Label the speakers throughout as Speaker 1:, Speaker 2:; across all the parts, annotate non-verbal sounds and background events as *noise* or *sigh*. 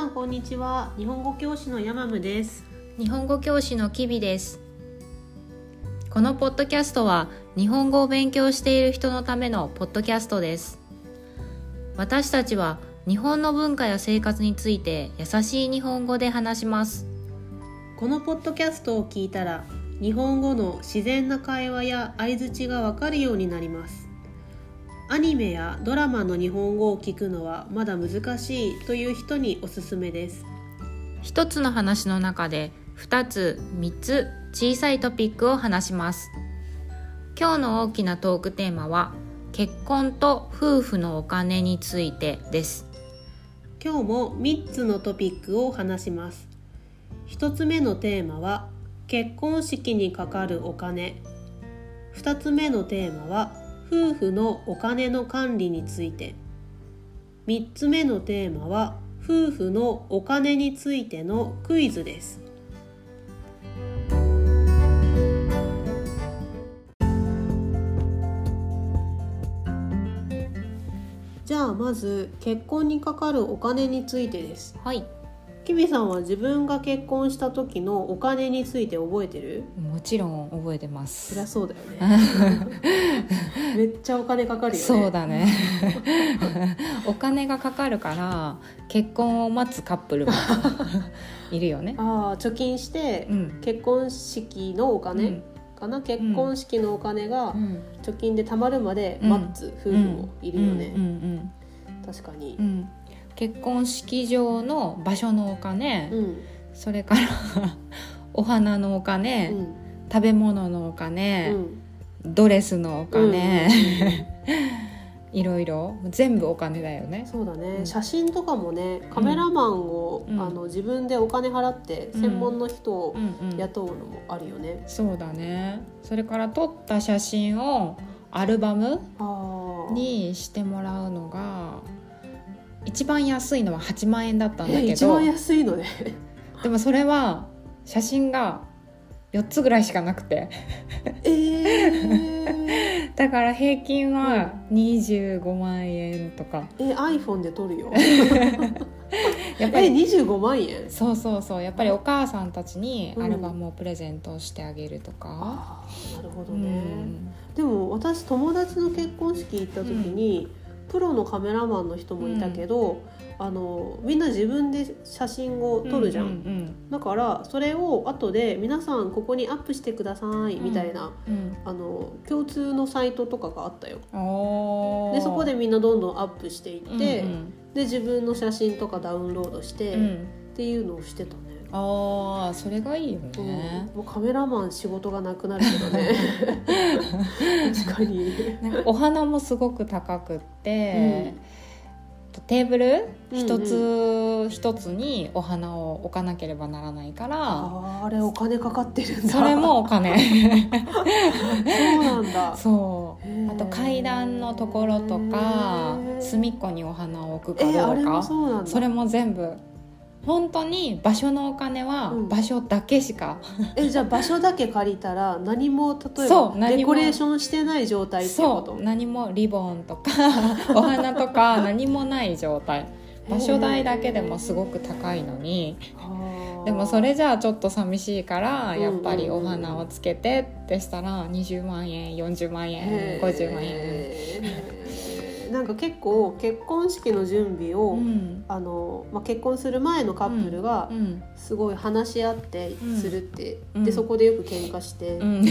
Speaker 1: んこんにちは日本語教師のヤマムです
Speaker 2: 日本語教師のキビですこのポッドキャストは日本語を勉強している人のためのポッドキャストです私たちは日本の文化や生活について優しい日本語で話します
Speaker 1: このポッドキャストを聞いたら日本語の自然な会話や相づちがわかるようになりますアニメやドラマの日本語を聞くのはまだ難しいという人におすすめです
Speaker 2: 一つの話の中で2つ3つ小さいトピックを話します今日の大きなトークテーマは結婚と夫婦のお金についてです
Speaker 1: 今日も3つのトピックを話します1つ目のテーマは結婚式にかかるお金2つ目のテーマは夫婦のお金の管理について3つ目のテーマは夫婦のお金についてのクイズですじゃあまず結婚にかかるお金についてです
Speaker 2: はい
Speaker 1: キミさんは自分が結婚した時のお金について覚えてる
Speaker 2: もちろん覚えてま
Speaker 1: そ
Speaker 2: す
Speaker 1: りゃそうだよ
Speaker 2: *laughs*
Speaker 1: ねめっちゃお金かかるよね
Speaker 2: そうだね *laughs* お金がかかるから結婚を待つカップ
Speaker 1: *laughs*
Speaker 2: ルもいるよね
Speaker 1: ああ貯金して
Speaker 2: うん
Speaker 1: 結婚式のお金かな、結婚式のお金が
Speaker 2: うん
Speaker 1: 貯金で貯まるまで待つ夫婦もいるよね、
Speaker 2: うんうん
Speaker 1: 確かに
Speaker 2: うんう、ん結婚式場の場所のお金、
Speaker 1: うん
Speaker 2: それから *laughs* お花のお金、
Speaker 1: うん
Speaker 2: 食べ物のお
Speaker 1: う
Speaker 2: 金、
Speaker 1: ん
Speaker 2: ドレスのお金、
Speaker 1: うん
Speaker 2: *laughs* いろいろ全部お金だよね
Speaker 1: そうだね、
Speaker 2: うん
Speaker 1: 写真とかもねカメラマンを、
Speaker 2: うん
Speaker 1: あの自分でお金払って専門の人を
Speaker 2: うんうん
Speaker 1: 雇うのもあるよね、
Speaker 2: そうだねそれから撮った写真をアルバム
Speaker 1: ああ
Speaker 2: にしてもらうのが一番安いのは8万円だったんだ
Speaker 1: え
Speaker 2: け
Speaker 1: 一
Speaker 2: ど
Speaker 1: 番安いの
Speaker 2: *laughs*
Speaker 1: ね
Speaker 2: でもそれは写真が4つぐらいしかなく
Speaker 1: *laughs*
Speaker 2: て
Speaker 1: ええ
Speaker 2: だから平均は25万円とか
Speaker 1: え iPhone で撮るよ
Speaker 2: やっぱ
Speaker 1: え
Speaker 2: り
Speaker 1: 25万円
Speaker 2: そうそうそうやっぱりお母さんたちにアルバムをプレゼントをしてあげるとか、
Speaker 1: ああなるほ
Speaker 2: う
Speaker 1: どね、
Speaker 2: ん
Speaker 1: でも私友達の結婚式行った時に、プロのカメラマンの人もいたけど、あのみんな自分で写真を撮るじゃん、
Speaker 2: うんうん
Speaker 1: だからそれを後で皆さんここにアップしてくださいみたいな、
Speaker 2: うん
Speaker 1: あの共通のサイトとかがあったよ
Speaker 2: うんおー
Speaker 1: でそこでみんなどんどんアップしていって、
Speaker 2: うん
Speaker 1: で自分の写真とかダウンロードして、
Speaker 2: うんうん
Speaker 1: っていうのをしてたね、
Speaker 2: あーそれがいいよね、
Speaker 1: うんもうカメラマン仕事がなくなるけどね
Speaker 2: *laughs*
Speaker 1: 確かに
Speaker 2: なんかお花もすごく高くって、テーブル
Speaker 1: うんうん
Speaker 2: 一つ、一つにお花を置かなければならないから
Speaker 1: あーあれお金かかってるんだ
Speaker 2: それも
Speaker 1: *laughs*
Speaker 2: お金
Speaker 1: そうなん
Speaker 2: *laughs*
Speaker 1: だ
Speaker 2: そう
Speaker 1: へー
Speaker 2: あと階段のところとか
Speaker 1: へー
Speaker 2: 隅っこにお花を置く
Speaker 1: え
Speaker 2: かどう
Speaker 1: あれも
Speaker 2: かそ
Speaker 1: そうなんだ
Speaker 2: れも全部本当に場所のお金は
Speaker 1: うん
Speaker 2: 場所だけしか、
Speaker 1: えじゃあ場所だけ借りたら何も例え
Speaker 2: そう
Speaker 1: ば
Speaker 2: 何も
Speaker 1: デコレーションしてない状態ってこ
Speaker 2: そ
Speaker 1: と
Speaker 2: う何もリボン
Speaker 1: *laughs*
Speaker 2: とかお花とか何もない状態場所代だけでもすごく高いのに。
Speaker 1: あー
Speaker 2: でもそれじゃあちょっと寂しいから
Speaker 1: うんうんうん
Speaker 2: やっぱりお花をつけてってしたら20万円40万円
Speaker 1: へー
Speaker 2: 50万円、
Speaker 1: なんか結構結婚式の準備を、
Speaker 2: うん
Speaker 1: あのまあ、結婚する前のカップルが
Speaker 2: うん
Speaker 1: すごい話し合ってするって、
Speaker 2: うん
Speaker 1: でそこでよく喧嘩して、
Speaker 2: うん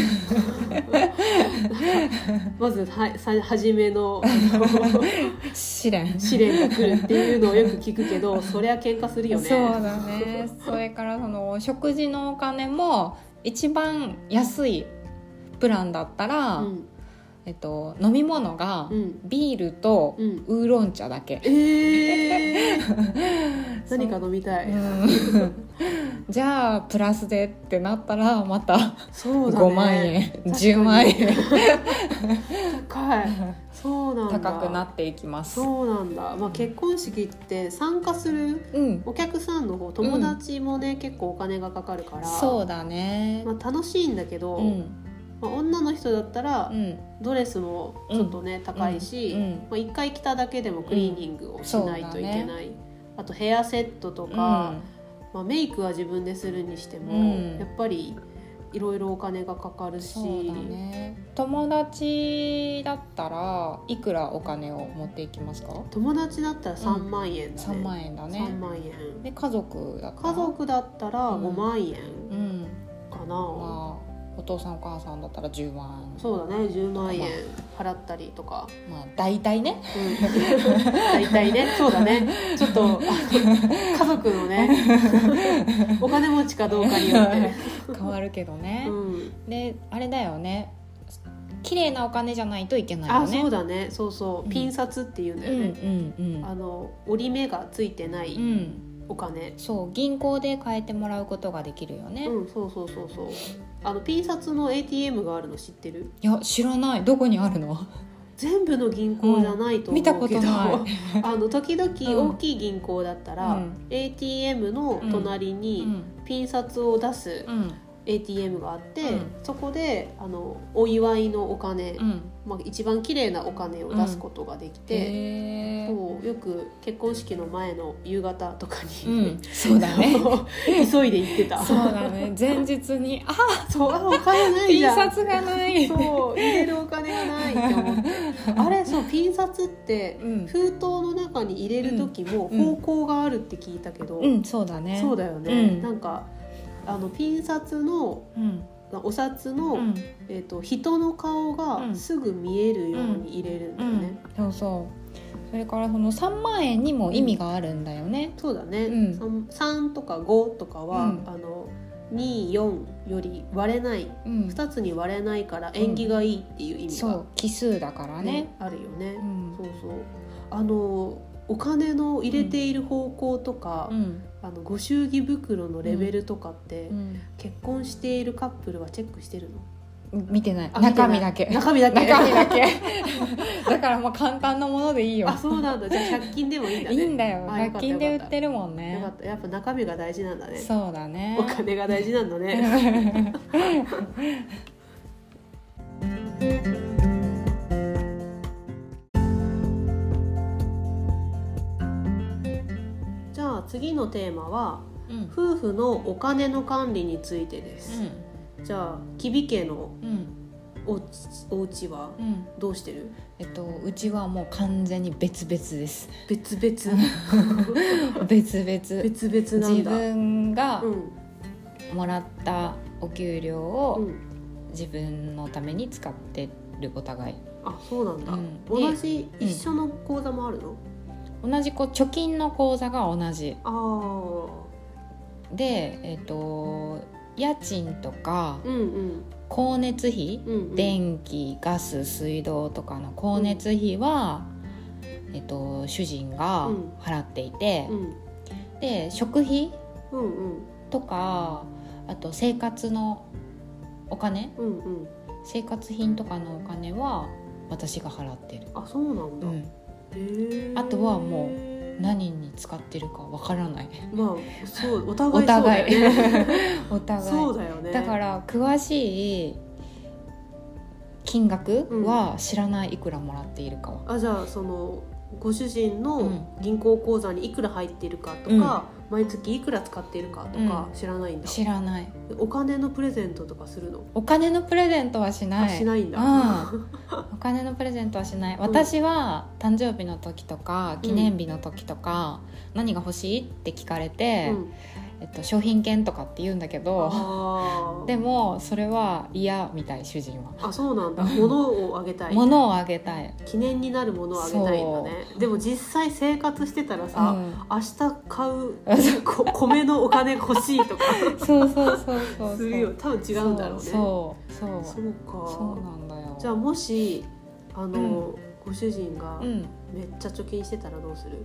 Speaker 1: まずはさ初めのあの
Speaker 2: 試練
Speaker 1: 試練が来るっていうのをよく聞くけ
Speaker 2: *laughs*
Speaker 1: どそりゃ喧嘩するよね
Speaker 2: そうだ
Speaker 1: *laughs*
Speaker 2: ねそれからその食事のお金も一番安いプランだったら、
Speaker 1: うん
Speaker 2: えっと、飲み物が
Speaker 1: うん
Speaker 2: ビールと
Speaker 1: うん
Speaker 2: ウーロン茶だけ、
Speaker 1: ええー、何か飲みたい、
Speaker 2: うんじゃあプラスでってなったらまた
Speaker 1: そうだね
Speaker 2: 5万円、10万円
Speaker 1: 高いそうなんだ
Speaker 2: 高くなっていきます。
Speaker 1: そうなんだ、まあ、結婚式って参加する
Speaker 2: うん、
Speaker 1: お客さんの方友達もね、結構お金がかかるから
Speaker 2: そうだね。
Speaker 1: まあ、楽しいんだけど、
Speaker 2: うん、
Speaker 1: まあ、女の人だったら
Speaker 2: うん、
Speaker 1: ドレスもちょっとね、高いし、
Speaker 2: うんうん
Speaker 1: まあ、1回着ただけでもクリーニングをしないといけない、あとヘアセットと
Speaker 2: う
Speaker 1: か、
Speaker 2: ん
Speaker 1: まあ、メイクは自分でするにしても、
Speaker 2: うん
Speaker 1: やっぱりいろいろお金がかかるし
Speaker 2: そうだね友達だったらいくらお金を持っていきますか
Speaker 1: 友達だったら3万円だね、
Speaker 2: 3万円だね
Speaker 1: 3万円
Speaker 2: で家族だった
Speaker 1: 家
Speaker 2: ら
Speaker 1: 族だったら
Speaker 2: うん
Speaker 1: 5万円
Speaker 2: うん
Speaker 1: かな、
Speaker 2: まあお父さんお母さんだったら10万
Speaker 1: そうだね10万円
Speaker 2: ま
Speaker 1: 払ったりとか、
Speaker 2: まあ大体
Speaker 1: *laughs*
Speaker 2: ね
Speaker 1: うん、大体ねそうだねちょっとあの家族のね
Speaker 2: *laughs*
Speaker 1: お金持ちかどうかによって、
Speaker 2: 変わるけどね
Speaker 1: う、ん、
Speaker 2: であれだよね綺麗なお金じゃないといけないよ
Speaker 1: あ
Speaker 2: ね
Speaker 1: そうだねそうそう、
Speaker 2: うん
Speaker 1: ピン札っていうんだよ
Speaker 2: うん
Speaker 1: ね、
Speaker 2: うん
Speaker 1: あの折り目がついてな
Speaker 2: う
Speaker 1: い
Speaker 2: んうん
Speaker 1: お金、
Speaker 2: そう銀行で変えてもらうことができるよね、
Speaker 1: うん、そうそうそうそうあのピン札の ATM があるの知ってる
Speaker 2: いや知らないどこにあるの
Speaker 1: 全部の銀行じゃないと思
Speaker 2: 見
Speaker 1: うけ
Speaker 2: た
Speaker 1: ど、
Speaker 2: ことない
Speaker 1: *laughs* あの時
Speaker 2: うん
Speaker 1: 々大きい銀行だったら、
Speaker 2: うん
Speaker 1: ATM の隣
Speaker 2: う
Speaker 1: に
Speaker 2: ん
Speaker 1: ピン札を出す
Speaker 2: うん
Speaker 1: ATM があって、
Speaker 2: うん
Speaker 1: そこであのお祝いのお金、
Speaker 2: うん
Speaker 1: まあ、一番綺麗なお金を出すことができて、
Speaker 2: へー
Speaker 1: そうよく結婚式の前の夕方とか
Speaker 2: う
Speaker 1: に、
Speaker 2: んそうだね
Speaker 1: *laughs* 急いで行ってた
Speaker 2: そうだね前日にあ
Speaker 1: そうあお金ないじ
Speaker 2: T
Speaker 1: ゃん
Speaker 2: シャツがない
Speaker 1: そう入れるお金がないって思って
Speaker 2: *laughs*
Speaker 1: あれそうピン札って
Speaker 2: うん
Speaker 1: 封筒の中に入れる時も
Speaker 2: うん
Speaker 1: 方向があるって聞いたけど、
Speaker 2: うんそうだね
Speaker 1: そう
Speaker 2: だ
Speaker 1: だよね、
Speaker 2: うん
Speaker 1: なんかあのピン札の
Speaker 2: うん
Speaker 1: お札の、
Speaker 2: うん
Speaker 1: えー、と人の顔
Speaker 2: う
Speaker 1: が
Speaker 2: ん
Speaker 1: すぐ見えるように入れるんだ
Speaker 2: う
Speaker 1: よね
Speaker 2: ん、そうそうそれからその3万円にも意味があるんだよね
Speaker 1: そうだね、
Speaker 2: うん
Speaker 1: 三三3とか5とかは、
Speaker 2: うん
Speaker 1: あの24より割れない
Speaker 2: うん
Speaker 1: 2つに割れないから縁起がいいっていう意味
Speaker 2: そ
Speaker 1: が
Speaker 2: う、奇数だから
Speaker 1: ね
Speaker 2: ね
Speaker 1: あるよね、
Speaker 2: うん
Speaker 1: そうそうあのお金の入れている方向とか、
Speaker 2: うん
Speaker 1: あのご祝儀袋のレベルとかって、
Speaker 2: うん
Speaker 1: 結婚しているカップルはチェックしてるの
Speaker 2: 見てない
Speaker 1: あ見てな
Speaker 2: 中
Speaker 1: い
Speaker 2: 身だけ
Speaker 1: 中身だけ
Speaker 2: 中身だけ *laughs* だからもう簡単なものでいい
Speaker 1: *laughs*
Speaker 2: よ
Speaker 1: あそうなんだじゃあ100均でもいいんだ
Speaker 2: い
Speaker 1: ね
Speaker 2: いんだよ
Speaker 1: あよか
Speaker 2: 100
Speaker 1: った
Speaker 2: 均で売ってるもん
Speaker 1: よか
Speaker 2: ね
Speaker 1: ったやっぱ中身が大事なんだね
Speaker 2: そうだね
Speaker 1: お金が大事なんだね *laughs* じゃあ次のテーマは
Speaker 2: うんうん
Speaker 1: 夫婦のお金の管理についてです、じゃあきび家の
Speaker 2: うん
Speaker 1: おお家は
Speaker 2: うん
Speaker 1: どうしてる
Speaker 2: えっとうちはもう完全に別々です
Speaker 1: *laughs* 別々
Speaker 2: 別々
Speaker 1: 別々なん
Speaker 2: 自
Speaker 1: だ
Speaker 2: 分が
Speaker 1: うん
Speaker 2: もらったお給料
Speaker 1: う
Speaker 2: を
Speaker 1: ん、
Speaker 2: 自分のために使ってるお互い
Speaker 1: あそうなんだ、
Speaker 2: うん
Speaker 1: 同じ
Speaker 2: うん
Speaker 1: 一緒の口座もあるの、
Speaker 2: 同じこう貯金の口座が同じ
Speaker 1: あ
Speaker 2: でえっと家賃と
Speaker 1: あ
Speaker 2: か
Speaker 1: うんうん
Speaker 2: 光熱費
Speaker 1: うんうん
Speaker 2: 電気ガス水道とかの光熱費は、えっと、主人が
Speaker 1: うん
Speaker 2: 払っていて
Speaker 1: う、ん
Speaker 2: で食費
Speaker 1: うんうん
Speaker 2: とかあと生活のお金
Speaker 1: うんうん
Speaker 2: 生活品とかのお金は私が払ってる、
Speaker 1: あそうなん
Speaker 2: う
Speaker 1: だ、へ
Speaker 2: ん、
Speaker 1: え
Speaker 2: あとはも
Speaker 1: う
Speaker 2: 何に使ってるかわからない
Speaker 1: まあ
Speaker 2: *laughs*
Speaker 1: そうお
Speaker 2: お
Speaker 1: 互いそうだ
Speaker 2: 互
Speaker 1: よ
Speaker 2: い
Speaker 1: ね *laughs*
Speaker 2: お互い
Speaker 1: そうだよね
Speaker 2: だから詳しい金額は知らないいくらもらっているかは、
Speaker 1: あじゃあそのご主人
Speaker 2: うん
Speaker 1: の銀行口座にいくら入っているかとか、毎月いくら使っているかとか知らないんだ、
Speaker 2: 知らない
Speaker 1: お金のプレゼントとかするの、
Speaker 2: お金のプレゼントはし
Speaker 1: あ
Speaker 2: ない
Speaker 1: しないんだ、
Speaker 2: うん、お金のプレゼントはしない私は誕生日の時とか記念日の時とか、何が欲しいって聞かれて、
Speaker 1: うん
Speaker 2: えっと、商品券とかって言うんだけど
Speaker 1: あ
Speaker 2: で
Speaker 1: ー
Speaker 2: もそれは嫌みたい主人は、
Speaker 1: あそうなんだ物をあげたい
Speaker 2: 物をあげたい、
Speaker 1: 記念になるものをあげたいんだねでも実際生活してたら
Speaker 2: う
Speaker 1: さ、
Speaker 2: ん、
Speaker 1: 明日買うこ *laughs* 米のお金欲しいとか
Speaker 2: そうそうそうそう
Speaker 1: するよ多分違うんだろうね
Speaker 2: そうそうそう
Speaker 1: そ
Speaker 2: そう
Speaker 1: う
Speaker 2: そう
Speaker 1: か
Speaker 2: なんだよ
Speaker 1: じゃあもしあの、ご主人が
Speaker 2: うん、
Speaker 1: めっちゃ貯金してたらどうする、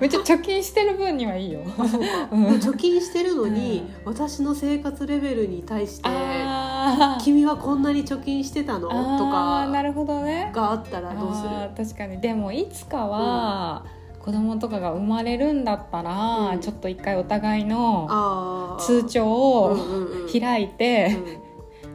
Speaker 2: めっちゃ貯金してる分にはいいよ
Speaker 1: あそうか、
Speaker 2: うん
Speaker 1: 貯金してるのに、私の生活レベルに対して
Speaker 2: あ
Speaker 1: 「
Speaker 2: ー
Speaker 1: 君はこんなに貯金してたの?」と
Speaker 2: あーな
Speaker 1: か
Speaker 2: るほどね
Speaker 1: があったらどうする
Speaker 2: あー確かにでもいつかは、子供とかが生まれるんだったら、
Speaker 1: うん
Speaker 2: ちょっと一回お互いの
Speaker 1: あー
Speaker 2: 通帳
Speaker 1: うん
Speaker 2: を
Speaker 1: うんうん
Speaker 2: 開いて
Speaker 1: う、ん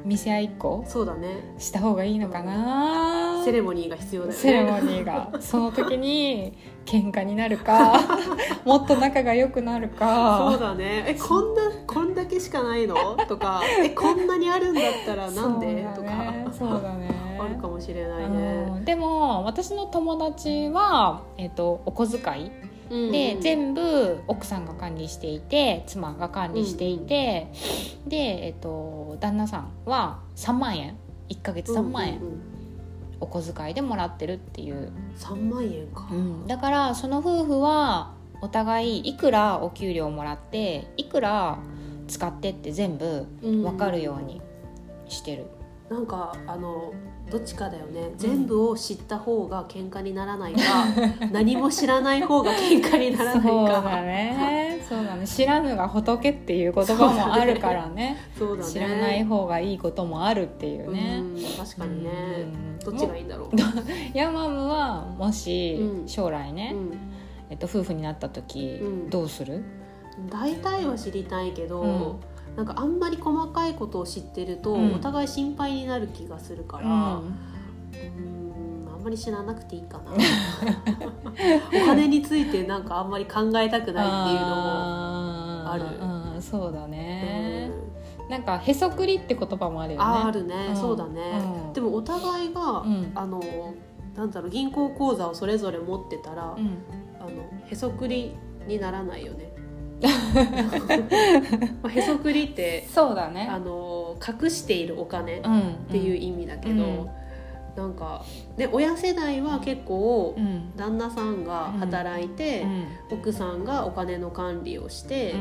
Speaker 2: 見せ合いっこ
Speaker 1: そうだね
Speaker 2: した方がいいのかな、
Speaker 1: セレモニーが必要だよね
Speaker 2: セレモニーがその時に喧嘩になるか
Speaker 1: *laughs*
Speaker 2: もっと仲が良くなる
Speaker 1: そう
Speaker 2: か
Speaker 1: だねえこんなこんだけしかない
Speaker 2: *laughs*
Speaker 1: のとかえこんなにあるんだったらなんで、と
Speaker 2: そうだ
Speaker 1: か
Speaker 2: ねそうだね
Speaker 1: *laughs* あるかもしれない
Speaker 2: うん
Speaker 1: ね、
Speaker 2: でも私の友達は、えっとお小遣い
Speaker 1: うん
Speaker 2: で、
Speaker 1: 部
Speaker 2: 全部奥さんが管理していて妻が管理していて、で、えっと旦那さんは3万円1ヶ月3万円、お小遣いでもらってるっていう、
Speaker 1: 3万円か、
Speaker 2: だからその夫婦はお互いいくらお給料もらっていくら使ってって全部分かるようにしてる、
Speaker 1: なんかあのどっちかだよね全部を知った方が喧嘩になら
Speaker 2: *laughs*
Speaker 1: ないか、何も知らない方が喧嘩にならない
Speaker 2: そう
Speaker 1: か
Speaker 2: だねそうだね知らぬが仏っていう言葉もあるからね
Speaker 1: そうだね
Speaker 2: 知らない方がいいこともあるっていうね
Speaker 1: う、ん確かにね、
Speaker 2: うん
Speaker 1: どっちがいいんだろう、
Speaker 2: ヤマムはもし
Speaker 1: うん
Speaker 2: 将来
Speaker 1: う
Speaker 2: ね、
Speaker 1: ん、
Speaker 2: えっと、夫婦になった時、
Speaker 1: うん
Speaker 2: どうする
Speaker 1: 大体は知りたいけど、なんかあんまり細かいことを知ってると、
Speaker 2: うん
Speaker 1: お互い心配になる気がするから、
Speaker 2: うん
Speaker 1: うんあんまり知らなくていいかな *laughs* お金についてなんかあんまり考えたくないっていうのも
Speaker 2: あーうんそうだね、
Speaker 1: うん
Speaker 2: なんかへそくりって言葉もあるよね
Speaker 1: あーあるね、
Speaker 2: うん
Speaker 1: そうだね、
Speaker 2: うん
Speaker 1: でもお互いが、
Speaker 2: うん
Speaker 1: あのなんだろう銀行口座をそれぞれ持ってたら、
Speaker 2: うん
Speaker 1: あのへそくりにならないよ
Speaker 2: *laughs*
Speaker 1: ねまあへそくりって
Speaker 2: そうだね
Speaker 1: あの隠しているお金っ
Speaker 2: うん
Speaker 1: ていう意味だけど、
Speaker 2: うん
Speaker 1: なんかで親世代は結構
Speaker 2: うん
Speaker 1: 旦那さんが働いて、
Speaker 2: うん
Speaker 1: 奥さんがお金の管理をして
Speaker 2: う、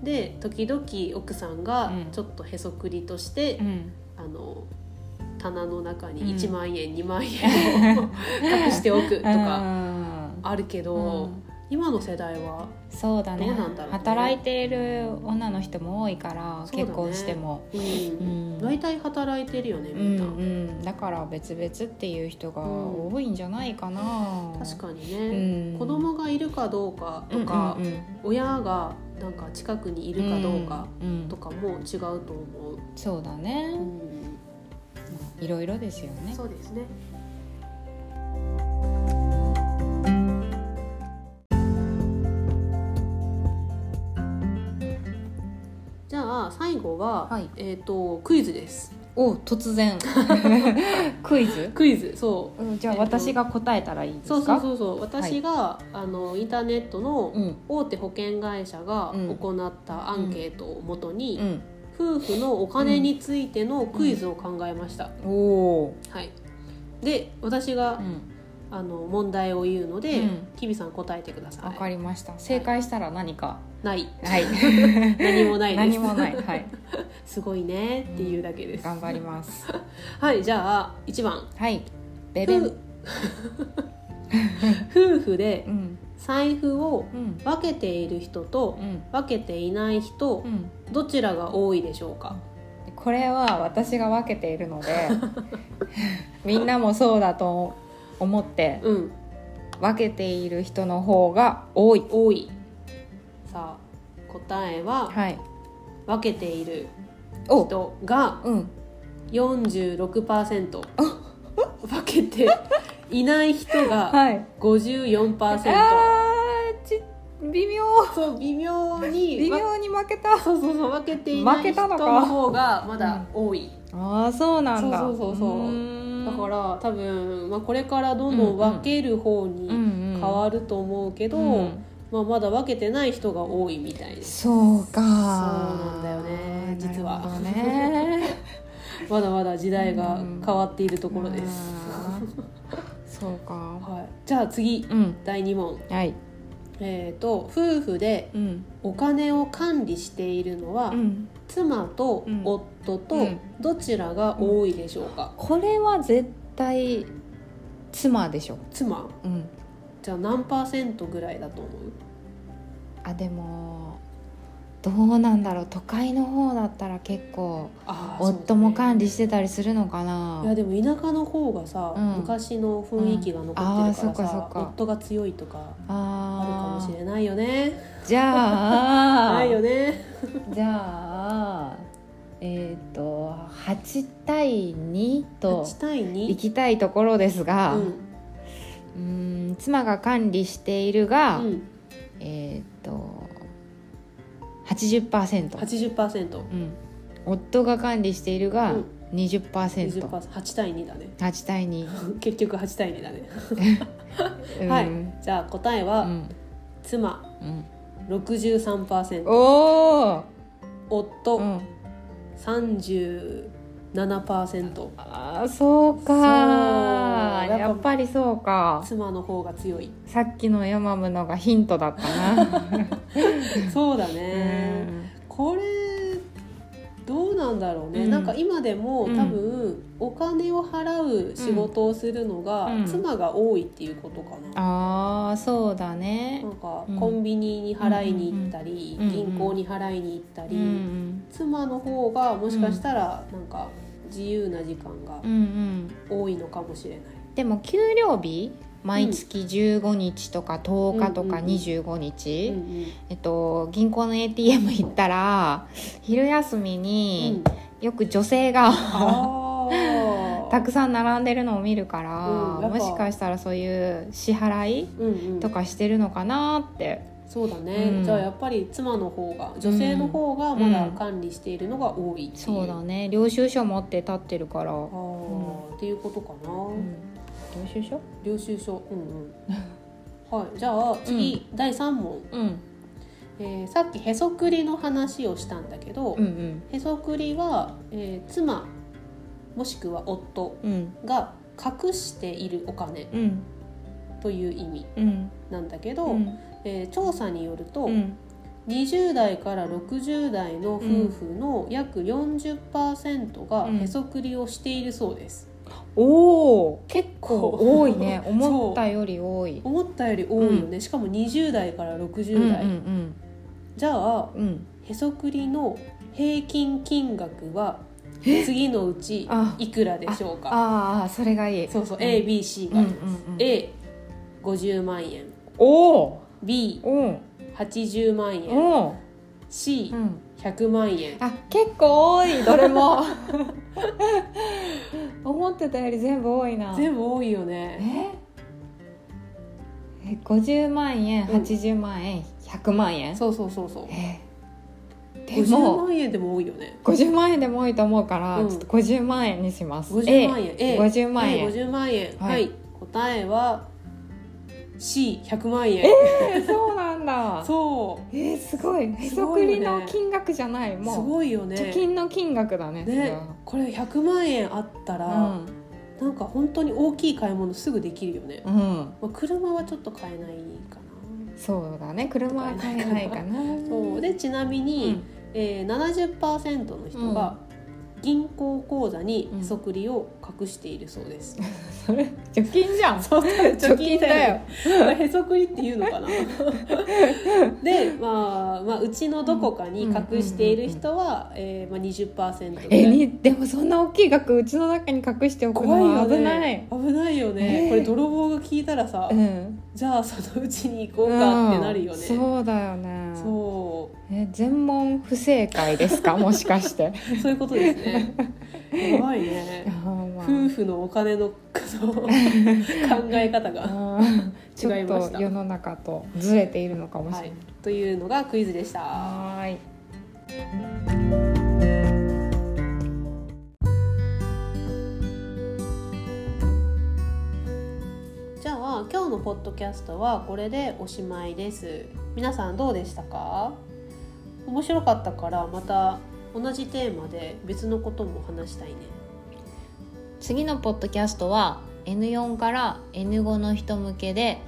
Speaker 2: ん
Speaker 1: で時々奥さんが
Speaker 2: うん
Speaker 1: ちょっとへそくりとして
Speaker 2: う、ん
Speaker 1: あの棚の中に
Speaker 2: うん
Speaker 1: 1万円、2万
Speaker 2: *laughs*
Speaker 1: 円を隠しておくとか
Speaker 2: うん
Speaker 1: あるけど、
Speaker 2: うん
Speaker 1: 今の世代は
Speaker 2: そうだね
Speaker 1: どうなんだろうね
Speaker 2: 働いている女の人も多いから、
Speaker 1: そうだね
Speaker 2: 結婚しても、
Speaker 1: うん
Speaker 2: うん
Speaker 1: 大体働いてるよね
Speaker 2: う
Speaker 1: みん
Speaker 2: ん
Speaker 1: な、
Speaker 2: うん、だから別々っていう人が多いんじゃないかな、
Speaker 1: 確かに
Speaker 2: う
Speaker 1: ね、
Speaker 2: ん、
Speaker 1: 子供がいるかどうかとか、
Speaker 2: うんうんうん
Speaker 1: 親がなんか近くにいるかどうか
Speaker 2: うんうん
Speaker 1: とかも違うと思う、
Speaker 2: そうだね、
Speaker 1: うん
Speaker 2: いろいろですよね
Speaker 1: そうですねじゃあ最後は、
Speaker 2: はい
Speaker 1: えっ、とクイズです
Speaker 2: お
Speaker 1: *laughs*
Speaker 2: 突然クイズ、
Speaker 1: クイズそう
Speaker 2: うん、じゃあ
Speaker 1: えっと
Speaker 2: 私が答えたらいいです
Speaker 1: そ
Speaker 2: か
Speaker 1: うそうそうそう私が、あのインターネットの
Speaker 2: うん
Speaker 1: 大手保険会社が
Speaker 2: うん
Speaker 1: 行ったアンケートをもとに、
Speaker 2: うん
Speaker 1: 夫婦のお金についてのクイズを考えました、
Speaker 2: おお
Speaker 1: はいで私が、
Speaker 2: ー、うん、
Speaker 1: あの問題を言うので、
Speaker 2: うん
Speaker 1: きびさん答えてくださ
Speaker 2: わか
Speaker 1: い
Speaker 2: りました正解したら何か
Speaker 1: ない
Speaker 2: はい
Speaker 1: 何も *laughs* ないで
Speaker 2: 何
Speaker 1: す
Speaker 2: もないはい
Speaker 1: すごいねっていうだけです、
Speaker 2: 頑張ります
Speaker 1: はいじゃあ1番
Speaker 2: はいベベン
Speaker 1: 夫夫婦で
Speaker 2: うん
Speaker 1: 財布を
Speaker 2: うん
Speaker 1: 分けている人と
Speaker 2: うん
Speaker 1: 分けていない人
Speaker 2: うん
Speaker 1: どちらが多いでしょうか
Speaker 2: これは私が分けている
Speaker 1: *laughs*
Speaker 2: のでみんなもそうだと思って
Speaker 1: うん
Speaker 2: 分けている人の方が多い
Speaker 1: 多いさあ答えは
Speaker 2: はい
Speaker 1: 分けている
Speaker 2: お
Speaker 1: 人が
Speaker 2: うん
Speaker 1: 46%分けていない人が
Speaker 2: はい
Speaker 1: 54%
Speaker 2: あーち微妙
Speaker 1: そう微妙に
Speaker 2: 微
Speaker 1: わ
Speaker 2: 妙に負けた
Speaker 1: そうそうそう分けていない
Speaker 2: 負け
Speaker 1: 人
Speaker 2: たのか
Speaker 1: の方がまだ多い、
Speaker 2: ああそうなんだ
Speaker 1: そうそうそうそう
Speaker 2: ーん
Speaker 1: だから多分、まあ、これからどんどん分ける方
Speaker 2: うん
Speaker 1: に
Speaker 2: うん
Speaker 1: 変わると思うけど、
Speaker 2: うん
Speaker 1: まあ、まだ分けてない人が多いみたいです
Speaker 2: そうかそう
Speaker 1: なんだよね実は
Speaker 2: ね
Speaker 1: まだまだ時代が変わってい *laughs* るところです、
Speaker 2: あーそうか
Speaker 1: はい、じゃあ次
Speaker 2: うん
Speaker 1: 第2問
Speaker 2: はい
Speaker 1: えー、と夫婦で
Speaker 2: うん
Speaker 1: お金を管理しているのは、
Speaker 2: うん
Speaker 1: 妻と
Speaker 2: うん
Speaker 1: 夫
Speaker 2: う
Speaker 1: と
Speaker 2: ん
Speaker 1: どちらが多いでしょうか、
Speaker 2: これは絶対妻でしょ、
Speaker 1: 妻
Speaker 2: うん、
Speaker 1: じゃあ何パーセントぐらいだと思う
Speaker 2: あでもどうなんだろう都会の方だったら結構
Speaker 1: あー
Speaker 2: 夫も管理
Speaker 1: そ
Speaker 2: してたりするのか
Speaker 1: うだ
Speaker 2: な
Speaker 1: ねいやでも田舎の方がさ、
Speaker 2: うん
Speaker 1: 昔の雰囲気が残ってるから
Speaker 2: うんあーそっかそ
Speaker 1: さ
Speaker 2: っ、か
Speaker 1: 夫が強いとかある
Speaker 2: あ
Speaker 1: かもし
Speaker 2: ー
Speaker 1: れ *laughs* ないよね
Speaker 2: じゃあ
Speaker 1: ないよね
Speaker 2: じゃあえっ、と8対2と
Speaker 1: 8対
Speaker 2: 行
Speaker 1: 2
Speaker 2: きたいところですが、
Speaker 1: う
Speaker 2: うんーん、妻が管理しているが、
Speaker 1: うん、
Speaker 2: えっ、と80%、
Speaker 1: 80%、
Speaker 2: うん、夫が管理しているが
Speaker 1: うん
Speaker 2: 20%、
Speaker 1: 20%8 対2だね *laughs*
Speaker 2: 8対2、
Speaker 1: 結局8対2だね、
Speaker 2: うん
Speaker 1: は
Speaker 2: う
Speaker 1: い
Speaker 2: ん
Speaker 1: じゃあ答えは、妻
Speaker 2: うん
Speaker 1: 63%
Speaker 2: おお、
Speaker 1: 夫、
Speaker 2: うん、
Speaker 1: 37%
Speaker 2: あーそうか
Speaker 1: そうやっぱ
Speaker 2: やっぱりそうか
Speaker 1: 妻の方が強い
Speaker 2: *laughs* さっきのヤマムのがヒントだったな
Speaker 1: *laughs* そうだ
Speaker 2: う
Speaker 1: ね、
Speaker 2: ん
Speaker 1: これどうなんだろうね、
Speaker 2: うん
Speaker 1: なんか今でも
Speaker 2: うん
Speaker 1: 多分お金を払う仕事をするのが
Speaker 2: うん
Speaker 1: 妻が多いっていうことかな、
Speaker 2: ああそうだね
Speaker 1: なんか
Speaker 2: うん
Speaker 1: コンビニに払いに行ったり、
Speaker 2: うんうん
Speaker 1: 銀行に払いに行った
Speaker 2: う
Speaker 1: り、
Speaker 2: ん
Speaker 1: 妻の方がもしかしたらなんか自由な時間が
Speaker 2: うんうん
Speaker 1: 多いのかもしれない、
Speaker 2: でも給料日毎月15日とか10日とか
Speaker 1: うんうんうん
Speaker 2: 25日、
Speaker 1: うんうん
Speaker 2: えっと、銀行の ATM 行ったら昼休み *laughs* によく女性が、 *laughs*
Speaker 1: あー
Speaker 2: たくさん並んでるのを見るから、
Speaker 1: うんやっぱ
Speaker 2: もしかしたらそういう支払い
Speaker 1: うんうん
Speaker 2: とかしてるのかなって、
Speaker 1: そうだね、
Speaker 2: うん
Speaker 1: じゃあやっぱり妻の方が女性の方がまだ管理しているのが多いっていう、
Speaker 2: そうだね領収書持って立ってるから、
Speaker 1: あーっていうことかな、
Speaker 2: うん領収書
Speaker 1: 領収書
Speaker 2: *laughs*
Speaker 1: うんうんはいじゃあ次、第3問、
Speaker 2: うん
Speaker 1: えーさっきへそくりの話をしたんだけど、
Speaker 2: うんうん
Speaker 1: へそくりは、えー妻もしくは夫
Speaker 2: うん
Speaker 1: が隠しているお金
Speaker 2: うん
Speaker 1: という意味
Speaker 2: うん
Speaker 1: なんだけど、
Speaker 2: うん
Speaker 1: えー調査によると、
Speaker 2: うん
Speaker 1: 20代から60代の夫婦の約40%が
Speaker 2: うん
Speaker 1: へそくりをしているそうです、
Speaker 2: おお結
Speaker 1: 構
Speaker 2: 構多い *laughs* ね
Speaker 1: う
Speaker 2: 思ったより多い
Speaker 1: 思ったより多いよね、しかも20代から60代、
Speaker 2: うん
Speaker 1: じゃあ
Speaker 2: うんうんうん
Speaker 1: へそくりの平均金額は次のうち
Speaker 2: あ
Speaker 1: いくらでしょうか
Speaker 2: ああそれがいい
Speaker 1: そうそう、
Speaker 2: ん
Speaker 1: ABC
Speaker 2: うん
Speaker 1: が、
Speaker 2: うんうん
Speaker 1: A50 万円
Speaker 2: おお
Speaker 1: B80
Speaker 2: うん
Speaker 1: 万
Speaker 2: う
Speaker 1: 円
Speaker 2: ん
Speaker 1: C100
Speaker 2: うん
Speaker 1: 万円
Speaker 2: あ結構多いど
Speaker 1: *laughs*
Speaker 2: れも思ってたより全部多いな
Speaker 1: 全部多いよね
Speaker 2: ええ50万円
Speaker 1: うん
Speaker 2: 80万円、100万円
Speaker 1: そうそうそうそう
Speaker 2: えで
Speaker 1: 50
Speaker 2: も
Speaker 1: 万円でも多いよね
Speaker 2: 50万円でも多いと思うから、
Speaker 1: うん
Speaker 2: ちょっと50万円にします
Speaker 1: 50万円
Speaker 2: A 50万円、
Speaker 1: 50万円は、
Speaker 2: はいい
Speaker 1: 答えは C100 万円
Speaker 2: えーそうなんだ
Speaker 1: そう
Speaker 2: えー、すごいへ
Speaker 1: す
Speaker 2: そ
Speaker 1: ご
Speaker 2: く
Speaker 1: いよね
Speaker 2: りの金額じゃない
Speaker 1: す
Speaker 2: も
Speaker 1: ごいよ
Speaker 2: う、
Speaker 1: ね
Speaker 2: 貯金の金額だねそれ
Speaker 1: ね
Speaker 2: は
Speaker 1: これ100万円あったら、なんか本当に大きい買い物すぐできるよね、
Speaker 2: うん、うん、
Speaker 1: まあ、車はちょっと買えないか
Speaker 2: そうだね車は買えないかな
Speaker 1: なそうでちなみ
Speaker 2: う
Speaker 1: に
Speaker 2: ん、
Speaker 1: えー、70%の人が銀行口座にへそくりを隠しているそうです、
Speaker 2: それ貯金じゃん
Speaker 1: そう *laughs* 貯金
Speaker 2: 貯金
Speaker 1: だ
Speaker 2: だ
Speaker 1: よ
Speaker 2: よ
Speaker 1: へそくりっていうのかな *laughs* で、まあ、まあうちのどこかに隠している人は、えーまあ、20%ぐら
Speaker 2: え
Speaker 1: い
Speaker 2: にでもそんな大きい額うちの中に隠しておく
Speaker 1: 怖い
Speaker 2: の
Speaker 1: よ
Speaker 2: は
Speaker 1: ね
Speaker 2: 危な
Speaker 1: 危
Speaker 2: い。
Speaker 1: ないよね、
Speaker 2: ね
Speaker 1: これ泥棒が聞いたらさ、
Speaker 2: うん、
Speaker 1: じゃあそのうちに行こうかってなるよね、
Speaker 2: うん
Speaker 1: そう
Speaker 2: そうだよね
Speaker 1: そ
Speaker 2: え全問不正解ですかもし
Speaker 1: *laughs*
Speaker 2: かして
Speaker 1: ういうことですねやばい
Speaker 2: あ
Speaker 1: ね
Speaker 2: ーまあ
Speaker 1: 夫婦のお金の *laughs* その考え方が、
Speaker 2: あーち
Speaker 1: 違い
Speaker 2: ょっ
Speaker 1: ました
Speaker 2: と世の中とずれているのかもし
Speaker 1: は
Speaker 2: れ
Speaker 1: い
Speaker 2: ない、
Speaker 1: というのがクイズでした
Speaker 2: はーい
Speaker 1: じゃあ今日のポッドキャストはこれでおしまいです皆さんどうでしたか面白かったからまた同じテーマで別のことも話したいね
Speaker 3: 次のポッドキャストは N4 から N5 の人向けで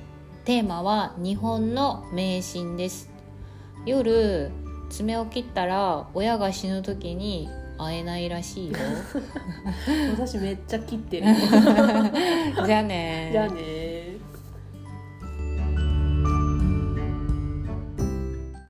Speaker 3: テーマは日本の迷信です夜爪を切ったら親が死ぬ時に会えないらしいよ
Speaker 1: 私めっちゃ切ってる
Speaker 2: *laughs* じゃあね
Speaker 1: じゃあね